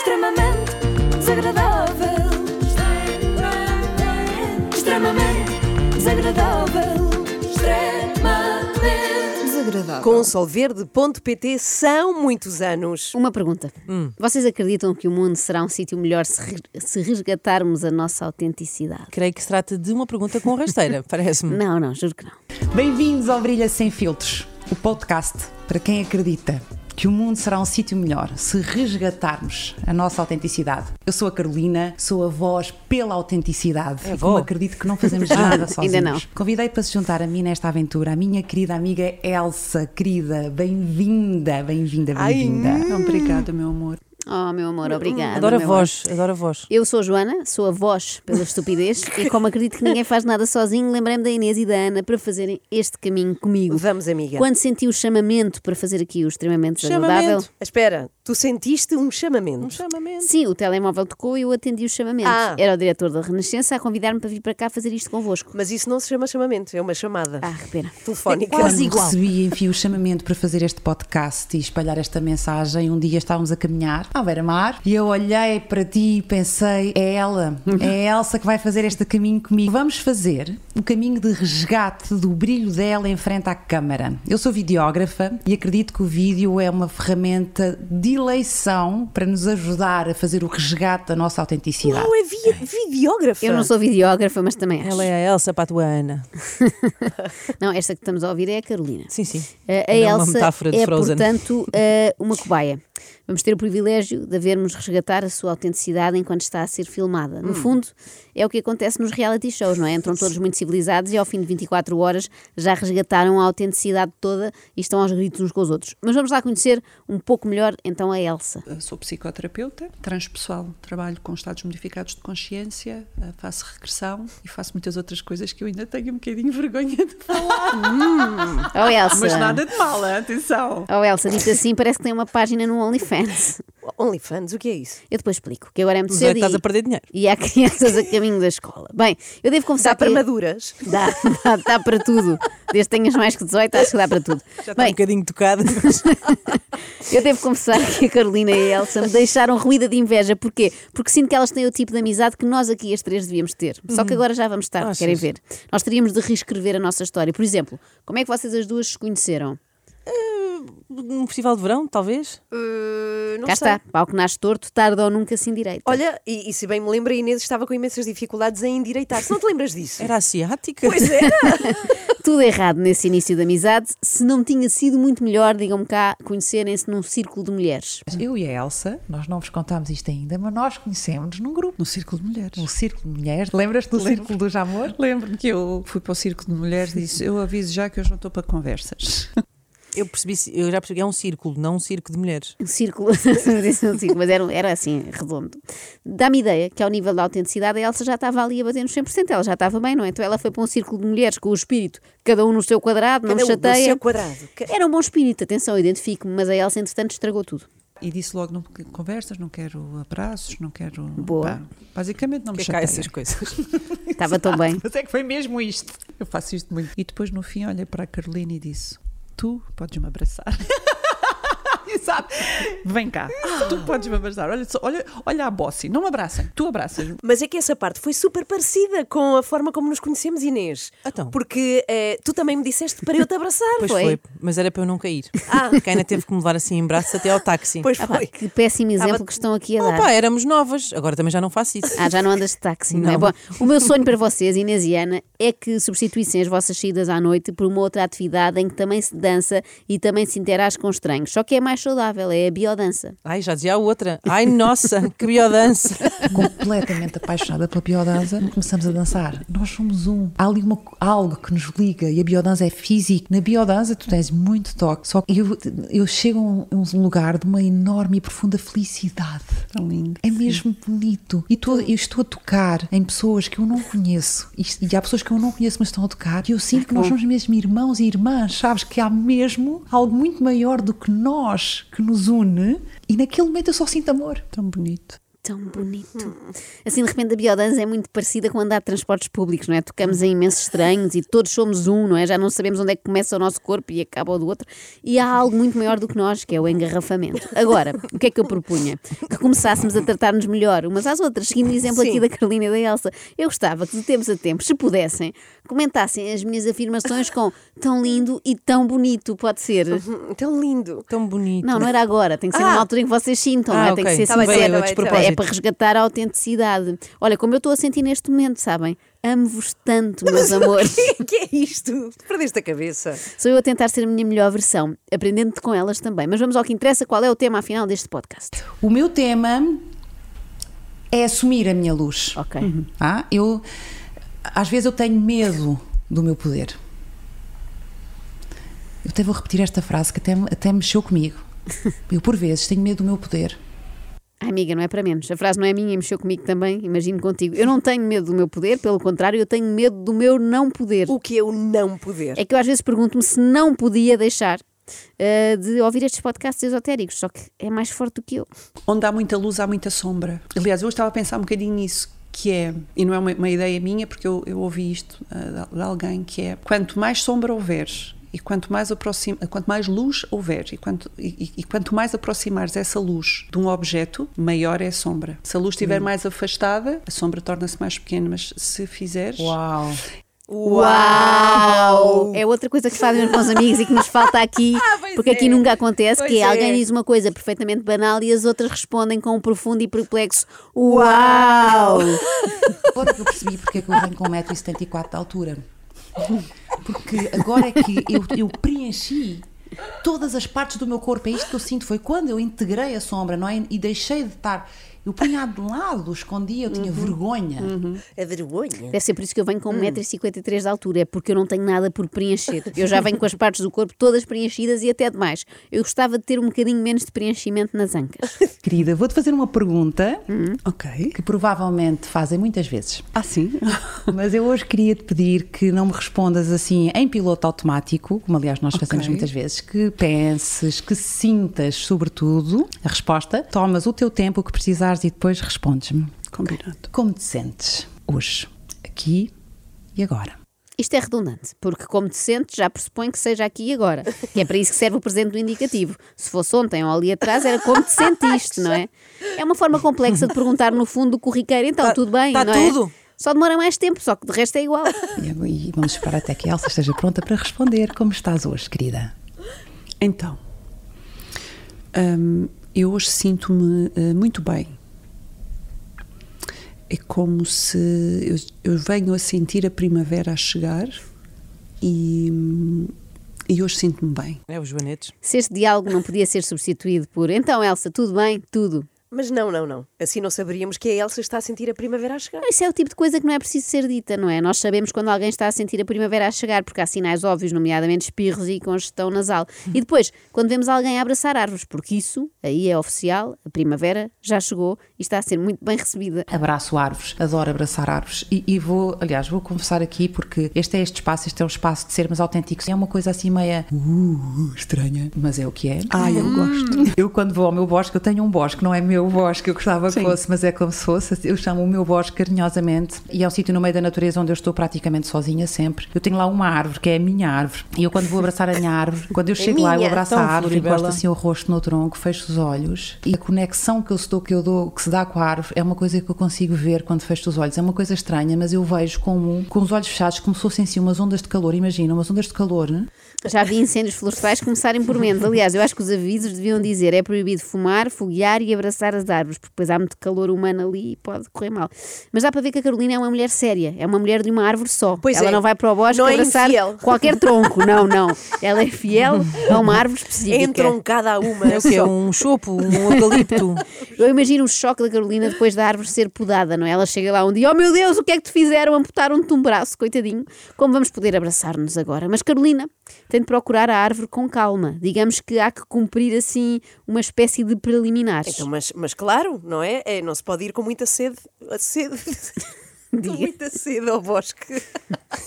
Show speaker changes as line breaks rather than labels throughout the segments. extremamente desagradável. Extremamente desagradável. Extremamente desagradável.
Com solverde.pt são muitos anos.
Uma pergunta.
Hum.
Vocês acreditam que o mundo será um sítio melhor se, re- se resgatarmos a nossa autenticidade?
Creio que se trata de uma pergunta com rasteira, parece-me.
Não, não, juro que não.
Bem-vindos ao Brilha Sem Filtros, o podcast para quem acredita que o mundo será um sítio melhor se resgatarmos a nossa autenticidade. Eu sou a Carolina, sou a voz pela autenticidade. e como
vó.
acredito que não fazemos nada sozinhos.
É Ainda não.
Convidei para se juntar a mim nesta aventura a minha querida amiga Elsa, querida, bem-vinda, bem-vinda, bem-vinda.
Obrigada, meu amor.
Oh, meu amor, obrigada.
Hum, Adoro a
meu
voz, adoro a voz.
Eu sou a Joana, sou a voz pela estupidez e como acredito que ninguém faz nada sozinho, lembrei-me da Inês e da Ana para fazerem este caminho comigo.
Vamos, amiga.
Quando senti o chamamento para fazer aqui o extremamente desagradável,
Um Chamamento.
Ah, Espera, tu sentiste um chamamento.
Um chamamento.
sim, o telemóvel tocou e eu atendi o chamamento.
Ah.
Era o diretor da Renascença a convidar-me para vir para cá fazer isto convosco.
Mas isso não se chama chamamento, é uma chamada
Ah, repena.
telefónica.
É quase
Quando
igual.
recebi, enfim, o chamamento para fazer este podcast e espalhar esta mensagem, um dia estávamos a caminhar à beira-mar e eu olhei para ti e pensei, é ela, é a Elsa que vai fazer este caminho comigo. Vamos fazer um caminho de resgate do brilho dela em frente à câmara. Eu sou videógrafa e acredito que o vídeo é uma ferramenta de eleição para nos ajudar a fazer o resgate da nossa autenticidade.
Não, é vi videógrafa.
Eu não sou videógrafa, mas também acho.
Ela é a Elsa para a tua Ana.
Não, esta que estamos a ouvir é a Carolina.
Sim, sim.
Eh, A
Ainda é uma
Elsa
metáfora de
é,
Frozen.
portanto, eh, uma cobaia. Vamos ter o privilégio de a vermos resgatar a sua autenticidade enquanto está a ser filmada.
Hum.
No fundo, é o que acontece nos reality shows, não é? Entram todos muito civilizados e ao fim de 24 horas já resgataram a autenticidade toda e estão aos gritos uns com os outros. Mas vamos lá conhecer um pouco melhor então a Elsa.
Eu Sou psicoterapeuta, transpessoal, trabalho com estados modificados de consciência, eh, faço regressão e faço muitas outras coisas que eu ainda tenho um bocadinho vergonha de falar.
Oh Elsa!
Mas nada de mal, hein? atenção.
Oh Elsa, dito assim, parece que tem uma página no OnlyFans.
OnlyFans, o que é isso?
Eu depois explico, que agora é muito
Zé,
cedo
estás
e-
a perder dinheiro.
e há crianças a caminho da escola. Bem, eu devo confessar
Dá para
que...
maduras?
Dá, dá, dá para tudo. Desde que tenhas mais que 18, acho que dá para tudo.
Já está um
Bem,
bocadinho tocada. mas-
eu devo confessar que a Carolina e a Elsa me deixaram ruída de inveja. Porquê? Porque sinto que elas têm o tipo de amizade que nós aqui as três devíamos ter. Só
Uhum.
que agora já vamos tarde,
Ah,
Achas?
querem ver? Nós teríamos de reescrever a nossa história. Por exemplo, como é que vocês as duas se conheceram?
Num festival de verão, talvez?
Uh, não
Cá
sei.
está, pau que nasce torto, tarde ou nunca assim direito.
Olha, e, e se bem me lembro, a Inês estava com imensas dificuldades em endireitar. Se não te lembras disso?
Era asiática?
Pois era.
Tudo errado nesse início de amizade. Se não tinha sido muito melhor, digam-me cá, conhecerem-se num círculo de mulheres.
Eu e a Elsa, nós não vos contámos isto ainda, mas nós conhecemos num grupo.
No Círculo de Mulheres.
O um Círculo de Mulheres. Lembras-te do Círculo do Jamor?
Lembro-me que eu fui para o Círculo de Mulheres e disse: Eu aviso já que hoje não estou para conversas.
Eu percebi, eu já percebi, é um círculo, não um circo de mulheres.
Um círculo, Mas isso é um círculo, mas era, um- era assim, redondo. Dá-me ideia que, ao nível da autenticidade, a Elsa já estava ali a bater nos 100%, ela já estava bem, não é? Então ela foi para um círculo de mulheres com o espírito, cada um no seu quadrado, não
Cada um
me
no
chateia.
seu quadrado. Que- é
Era um bom espírito, atenção, eu identifico-me, mas a Elsa, entretanto, estragou tudo.
E disse logo: Não quero conversas, não quero abraços, não quero.
Boa.
Pá, basicamente, não me
Que é cá
chateia.
essas coisas.
Estava tão bem.
Mas é que foi mesmo isto.
Eu faço isto muito. E depois, no fim, olhei para a Carolina e disse: Tu podes-me abraçar.
Exato.
Vem cá, tu podes me abraçar. Olha, só- olha, olha a Bossi, não me abracem, tu abraças-me.
Mas é que essa parte foi super parecida com a forma como nos conhecemos, Inês.
Então.
Porque eh, tu também me disseste para eu te abraçar. Ah.
Pois
Foi.
foi. mas era para eu não cair. Porque ainda teve que me levar assim em braços até ao táxi.
Pois
Ah, pá,
foi.
que péssimo exemplo
Estava-
que estão aqui a
Oh,
dar.
pá, éramos novas. Agora também já não faço isso.
Ah, já não andas de táxi, não, é?
Não.
Bom, o meu sonho para vocês, Inês e Ana, é que substituíssem as vossas saídas à noite por uma outra atividade em que também se dança e também se interage com estranhos. Só que é mais saudável, é a biodança.
Ai, já dizia a outra. Ai, nossa, que biodança.
Completamente apaixonada pela biodança, começamos a dançar. Nós somos um. Há ali uma, algo que nos liga e a biodança é física. Na biodança tu tens muito toque, só que eu, eu chego a um, um lugar de uma enorme e profunda felicidade.
Tão lindo.
É mesmo bonito. E tô- eu estou a tocar em pessoas que eu não conheço. E, e há pessoas que eu não conheço, mas estão a tocar. E eu sinto
É
que nós somos mesmo irmãos e irmãs. Sabes que há mesmo algo muito maior do que nós que nos une. E naquele momento eu só sinto amor.
Tão bonito.
tão bonito. Assim, de repente, a biodança é muito parecida com andar de transportes públicos, não é? Tocamos em imensos estranhos e todos somos um, não é? Já não sabemos onde é que começa o nosso corpo e acaba o do outro. E há algo muito maior do que nós, que é o engarrafamento. Agora, o que é que eu propunha? Que começássemos a tratar-nos melhor umas às outras, seguindo o exemplo aqui da Carolina e da Elsa. Eu gostava que, de tempos a tempos, se pudessem, comentassem as minhas afirmações com tão lindo e tão bonito, pode ser?
Hum, Tão lindo.
Tão bonito.
Não, não era agora. Tem que ser
Ah.
numa altura em que vocês sintam, não é?
Ah,
Tem que
ok.
ser
Tá bem, tá
sincero.
bem, tá bem, tá bem.
é para resgatar a autenticidade. Olha, como eu estou a sentir neste momento, sabem? Amo-vos tanto, meus amores.
O que é isto? Perdeste a cabeça.
Sou eu a tentar ser a minha melhor versão, aprendendo com elas também. Mas vamos ao que interessa, qual é o tema afinal deste podcast?
O meu tema é assumir a minha luz.
Ok.
Uhum.
Tá? Eu, às vezes eu tenho medo do meu poder. Eu até vou repetir esta frase que até, me- até mexeu comigo. Eu, por vezes, tenho medo do meu poder.
Ai, amiga, não é para menos. A frase não é minha e mexeu comigo também, imagino contigo. Eu não tenho medo do meu poder, pelo contrário, eu tenho medo do meu não poder.
O que é o não poder?
É que eu às vezes pergunto-me se não podia deixar eh, de ouvir estes podcasts esotéricos, só que é mais forte do que eu.
Onde há muita luz, há muita sombra. Aliás, eu hoje estava a pensar um bocadinho nisso, que é, e não é uma, uma ideia minha, porque eu, eu ouvi isto ah, de, de alguém, que é quanto mais sombra houver e quanto mais, aproxima, quanto mais luz houver e quanto, e, e- e quanto mais aproximares essa luz de um objeto, maior é a sombra. Se a luz estiver mais afastada, a sombra torna-se mais pequena, mas se fizeres.
Uau!
Uau! É outra coisa que fazem os meus amigos e que nos falta aqui, porque aqui nunca acontece, que é, alguém diz uma coisa perfeitamente banal e as outras respondem com um profundo e perplexo Uau!
Agora que eu percebi porque é que eu venho com 1,74m de altura. Porque agora é que eu, eu preenchi todas as partes do meu corpo. É isto que eu sinto. Foi quando eu integrei a sombra, não é? E deixei de estar. Eu punha de lado, escondia, eu tinha vergonha.
A vergonha.
Deve ser por isso que eu venho com 1,53m de altura, é porque eu não tenho nada por preencher. Eu já venho com as partes do corpo todas preenchidas e até demais. Eu gostava de ter um bocadinho menos de preenchimento nas ancas.
Querida, vou-te fazer uma pergunta
Ok.
que provavelmente fazem muitas vezes.
Ah, sim.
Mas eu hoje queria te pedir que não me respondas assim em piloto automático, como aliás nós fazemos muitas vezes, que penses, que sintas sobretudo a resposta, tomas o teu tempo o que precisares e depois respondes-me.
Combinado.
Como te sentes hoje, aqui e agora?
Isto é redundante, porque como te sentes, já pressupõe que seja aqui e agora. Que é para isso que serve o presente do indicativo. Se fosse ontem ou ali atrás, era como te sentiste, não é? É uma forma complexa de perguntar no fundo do curriqueiro, então tudo bem,
tá
não é?
tudo.
Só demora mais tempo, só que de resto é igual.
E agora- E vamos esperar até que a Elsa esteja pronta para responder. Como estás hoje, querida?
Então, hum, eu hoje sinto-me eh, muito bem. É como se eu, eu venho a sentir a primavera a chegar e, hum, e hoje sinto-me bem.
É os joanetes.
Se este diálogo não podia ser substituído por então, Elsa, tudo bem, tudo.
Mas não, não, não. Assim não saberíamos que a Elsa está a sentir a primavera a chegar.
Isso é o tipo de coisa que não é preciso ser dita, não é? Nós sabemos quando alguém está a sentir a primavera a chegar, porque há sinais óbvios, nomeadamente espirros e congestão nasal. E depois, quando vemos alguém a abraçar árvores, porque isso aí é oficial, a primavera já chegou e está a ser muito bem recebida.
Abraço árvores, adoro abraçar árvores e, e vou, aliás, vou confessar aqui porque este é este espaço, este é o espaço de sermos autênticos. É uma coisa assim meia uh, estranha, mas é o que é.
Ai,
Hum.
eu gosto.
Eu quando vou ao meu bosque, eu tenho um bosque, não é meu bosque, eu gostava que fosse, mas é como se fosse. Eu chamo o meu bosque carinhosamente e é um sítio no meio da natureza onde eu estou praticamente sozinha sempre. Eu tenho lá uma árvore, que é a minha árvore, e eu quando vou abraçar a minha árvore, quando eu chego lá, eu
minha,
abraço a
É tão
árvore,
Floribela.
encosto assim o rosto no tronco, fecho os olhos e a conexão que eu estou, que eu dou, que se dá com a árvore, é uma coisa que eu consigo ver quando fecho os olhos. É uma coisa estranha, mas eu vejo como, com os olhos fechados, como se fossem assim umas ondas de calor, imagina, umas ondas de calor, né?
Já vi incêndios florestais começarem por menos. Aliás, eu acho que os avisos deviam dizer é proibido fumar, foguear e abraçar as árvores, porque depois há muito calor humano ali e pode correr mal. Mas dá para ver que a Carolina é uma mulher séria, é uma mulher de uma árvore só.
Pois
Ela
é.
não vai para o bosque
Não é
abraçar
infiel.
qualquer tronco, não, não. Ela é fiel a uma árvore específica.
É um Entroncada a uma.
É o quê?
só.
Um chopo, um eucalipto.
Eu imagino o choque da Carolina depois da árvore ser podada, não é? Ela chega lá um dia, oh meu Deus, o que é que te fizeram? Amputaram-te um braço, coitadinho. Como vamos poder abraçar-nos agora? Mas Carolina tem de procurar a árvore com calma. Digamos que há que cumprir assim uma espécie de preliminares.
Então, mas, mas claro, não é? É, Não se pode ir com muita sede. a Sede. Estou muita sede ao bosque.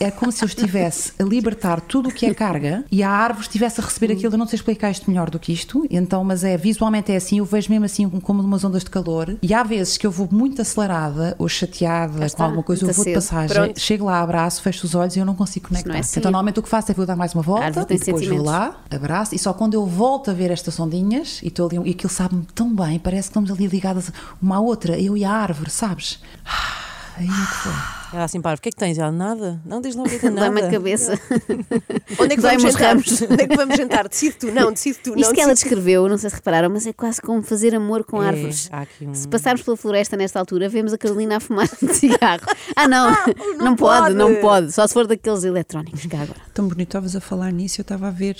É como se eu estivesse a libertar tudo o que é carga e a árvore estivesse a receber aquilo. Eu não sei explicar isto melhor do que isto, então, mas é visualmente é assim. Eu vejo mesmo assim como umas ondas de calor. E há vezes que eu vou muito acelerada ou chateada
está,
com alguma coisa, eu
muita
vou de
sede.
passagem,
Pronto.
chego lá, abraço, fecho os olhos e eu não consigo
Isso não
conectar.
é assim.
então, normalmente o que faço é vou dar mais uma volta,
árvore
e
tem
depois vou
sentimentos.
lá, abraço, e só quando eu volto a ver estas ondinhas e estou ali, um, e aquilo sabe-me tão bem, parece que estamos ali ligadas uma à outra, eu e a árvore, sabes? Ah, Aí é que foi.
Ela assim, pá, o que é que tens? Ela, nada. Não, diz lá o que é que é
Dá-me
nada.
a cabeça.
Onde é que
Dói-me
vamos
os
jantar?
ramos.
Onde é que vamos jantar? Decide tu, não, decide tu, não.
Isto que ela
decide
descreveu, não sei se repararam, mas é quase como fazer amor com
É,
árvores.
há aqui um-
Se passarmos pela floresta nesta altura, vemos a Carolina a fumar um cigarro. Ah, não, não,
não
pode,
pode.
não pode. Só se for daqueles eletrónicos cá agora.
Tão bonito, estavas a falar nisso, eu estava a ver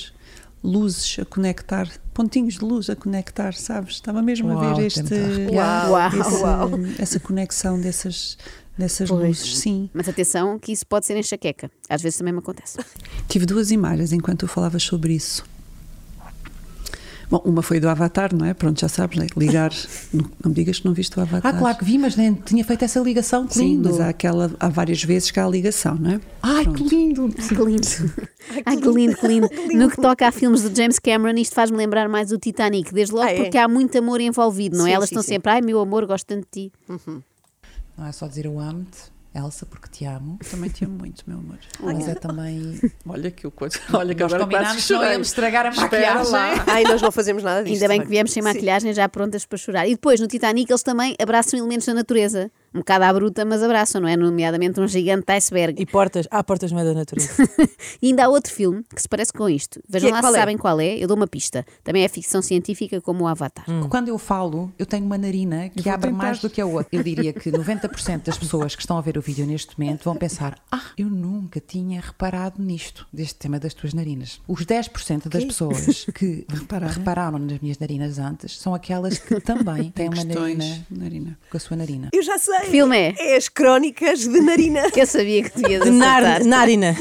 luzes a conectar, pontinhos de luz a conectar, sabes? Estava mesmo a
Uau,
ver este,
temos
Uau,
Uau.
esse- essa conexão dessas, dessas
Pois.
luzes, sim.
Mas atenção, que isso pode ser enxaqueca. Às vezes também me acontece.
Tive duas imagens enquanto eu falava sobre isso. Bom, uma foi do Avatar, não é? Pronto, já sabes, né? ligar. não, não me digas que não viste o
Ah,
Avatar.
claro que vi, mas nem tinha feito essa ligação, que
Sim,
lindo.
mas há, aquela, há várias vezes que há a ligação, não é?
Ai, que lindo!
Que lindo. Ai, que lindo, que lindo. No que toca a filmes do James Cameron, isto faz-me lembrar mais o Titanic, desde logo
Ah, é?
porque há muito amor envolvido, não é?
Sim,
Elas
sim,
estão
sim.
sempre, ai meu amor, gosto tanto de ti.
Não é só dizer eu amo-te, Elsa, porque te amo,
Também te amo muito, meu amor.
mas é também.
Olha que o coisa. Olha que
Nós
agora quase
combinámos que não
chorei.
íamos estragar a
Espera
maquiagem.
lá.
tu. Ai, nós não fazemos nada disso.
Ainda bem que viemos sem
é Sim.
maquilhagem, já prontas para chorar. E depois, no Titanic, eles também abraçam elementos da natureza. Um bocado à bruta, mas abraçam, não é? Nomeadamente um gigante iceberg.
E portas? Ah, portas não é da natureza.
E ainda há outro filme que se parece com isto. Vejam
Que é-
lá
qual
se
é?
sabem qual é, eu dou uma pista. Também é ficção científica como o Avatar.
Hum.
Quando eu falo, eu tenho uma narina que
vou
abre
tentar.
mais do que a outra. Eu diria que 90% das pessoas que estão a ver o vídeo neste momento vão pensar: Ah, eu nunca tinha reparado nisto, deste tema das tuas narinas. Os 10% das pessoas que repararam.
Repararam?
nas minhas narinas antes são aquelas que também têm uma narina
Questões, É Narina.
com a sua narina.
Eu já sei.
Filme é?
É as crónicas de Narina.
Eu sabia que devia
De nar, narina.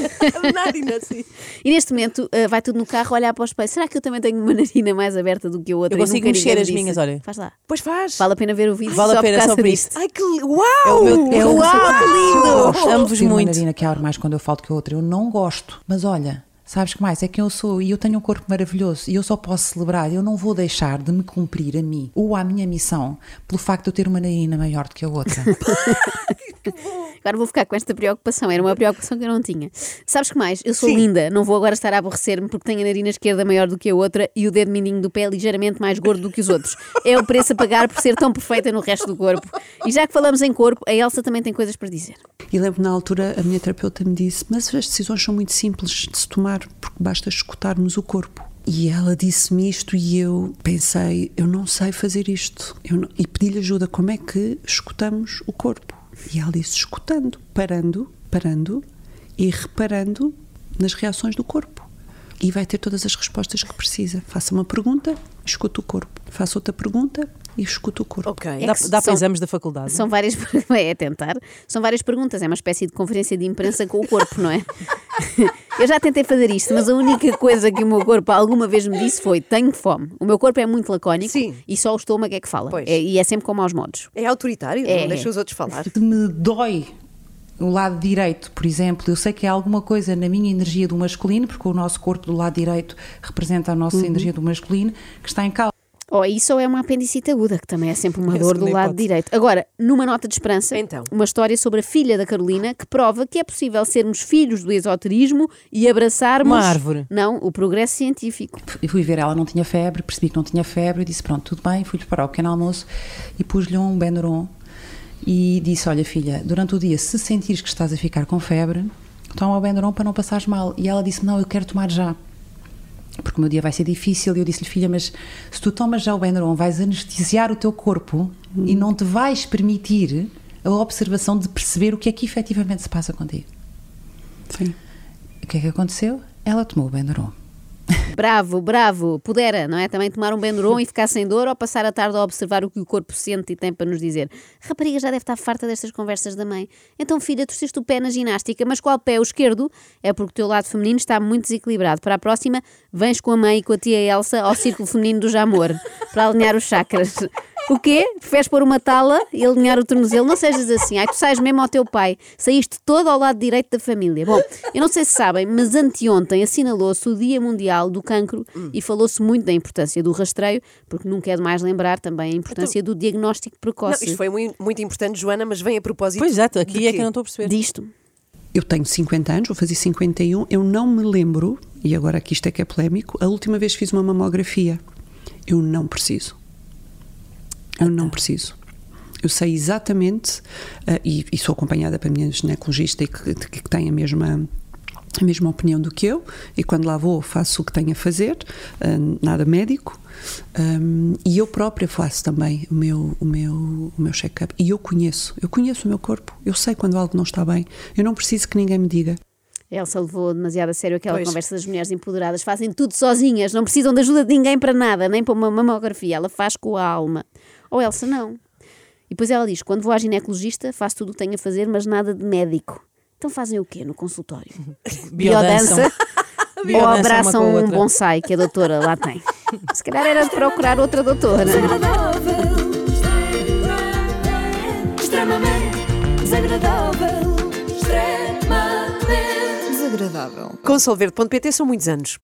Narina, sim.
E neste momento eh, vai tudo no carro olhar para o espelho. Será que eu também tenho uma narina mais aberta do que a outra?
Eu
E
consigo
nunca ninguém
mexer
me
as
disse.
minhas, olha.
Faz lá.
Pois faz.
Vale a pena ver o vídeo.
Vale a
só
pena
por causa
só por
disto.
isto.
Ai, que li- Uau!
É o meu- é o meu
Uau, que lindo!
gosto de
Amo-vos
ter uma
muito.
narina que abre mais quando eu falo do que a outra. Eu não gosto. Mas olha, sabes que mais? É quem eu sou e eu tenho um corpo maravilhoso e eu só posso celebrar. Eu não vou deixar de me cumprir a mim ou à minha missão pelo facto de eu ter uma narina maior do que a outra.
Agora vou ficar com esta preocupação. Era uma preocupação que eu não tinha. Sabes que mais? Eu sou linda. Não vou agora estar a aborrecer-me porque tenho a narina esquerda maior do que a outra e o dedo mindinho do pé é ligeiramente mais gordo do que os outros. É o preço a pagar por ser tão perfeita no resto do corpo. E já que falamos em corpo, a Elsa também tem coisas para dizer.
E lembro na altura a minha terapeuta me disse: Mas as decisões são muito simples de se tomar, porque basta escutarmos o corpo. E ela disse-me isto e eu pensei: Eu não sei fazer isto. Eu não- E pedi-lhe ajuda: Como é que escutamos o corpo? E ela disse: Escutando, parando, parando e reparando nas reações do corpo. E vai ter todas as respostas que precisa. Faça uma pergunta, escuta o corpo. Faça outra pergunta e escuta o corpo.
Ok.
Dá,
que
dá
são-
para exames da faculdade.
São várias. É tentar. São várias perguntas. É uma espécie de conferência de imprensa com o corpo, não é? Eu já tentei fazer isto, mas a única coisa que o meu corpo alguma vez me disse foi: tenho fome. O meu corpo é muito lacónico
Sim.
e só o estômago é que fala.
Pois.
É- e é sempre com maus modos.
É autoritário,
É.
não deixa os outros falar.
Se me dói o lado direito, por exemplo, eu sei que é alguma coisa na minha energia do masculino, porque o nosso corpo do lado direito representa a nossa energia do masculino, que está em causa.
Ou isso ou é uma apendicite aguda, que também é sempre uma
É a
dor do
segunda
lado
hipótese.
direito. Agora, numa nota de esperança,
Então.
uma história sobre a filha da Carolina que prova que é possível sermos filhos do esoterismo e abraçarmos.
Uma árvore.
Não, o progresso científico.
Eu fui ver, ela não tinha febre, percebi que não tinha febre, eu disse: Pronto, tudo bem, fui-lhe para o pequeno almoço e pus-lhe um Benuron e disse: Olha, filha, durante o dia, se sentires que estás a ficar com febre, toma o Benuron para não passares mal. E ela disse: Não, eu quero tomar já. porque o meu dia vai ser difícil. E eu disse-lhe, filha, mas se tu tomas já o Benuron, vais anestesiar o teu corpo e não te vais permitir a observação de perceber o que é que efetivamente se passa contigo.
Sim.
O que é que aconteceu? Ela tomou o Benuron.
Bravo, bravo. Pudera, não é? Também tomar um Benuron e ficar sem dor ou passar a tarde a observar o que o corpo sente e tem para nos dizer. A Rapariga já deve estar farta destas conversas da mãe. Então, filha, torceste o pé na ginástica, mas qual pé? O esquerdo? É porque o teu lado feminino está muito desequilibrado. Para a próxima, vens com a mãe e com a tia Elsa ao círculo feminino do Jamor para alinhar os chakras. O quê? Preferes pôr uma tala e alinhar o tornozelo? Não sejas assim. Ai, tu sais mesmo ao teu pai. Saíste todo ao lado direito da família. Bom, eu não sei se sabem, mas anteontem assinalou-se o Dia Mundial do Cancro e falou-se muito da importância do rastreio, porque nunca é demais lembrar também a importância do diagnóstico
Então Não,
precoce.
isto foi mui- muito importante, Joana, mas vem a propósito.
Pois já,
de
aqui é
quê?
que eu não estou a perceber.
Disto.
Eu tenho 50 anos, vou fazer 51. Eu não me lembro, e agora aqui isto é que é polémico, a última vez que fiz uma mamografia. Eu não preciso. Eu não preciso. Eu sei exatamente, ah, e, e sou acompanhada pela minha ginecologista e que, que tem a mesma a mesma opinião do que eu e quando lá vou faço o que tenho a fazer ah, nada médico Ahm, e eu própria faço também o meu o meu o meu check-up e eu conheço eu conheço o meu corpo eu sei quando algo não está bem eu não preciso que ninguém me diga
A Elsa levou demasiado a sério aquela
Pois.
conversa das mulheres empoderadas. Fazem tudo sozinhas, não precisam de ajuda de ninguém para nada, nem para uma mamografia. Ela faz com a alma. Ou Elsa, não. E depois ela diz: quando vou à ginecologista, faço tudo o que tenho a fazer, mas nada de médico. Então fazem o quê no consultório?
Biodançam.
é
Ou
Biodançam
abraçam
é uma com a
um
outra.
bonsai que a doutora lá tem. Se calhar era de procurar outra doutora.
é
desagradável, extremamente desagradável, extremamente desagradável.
Consolverde.pt são muitos anos.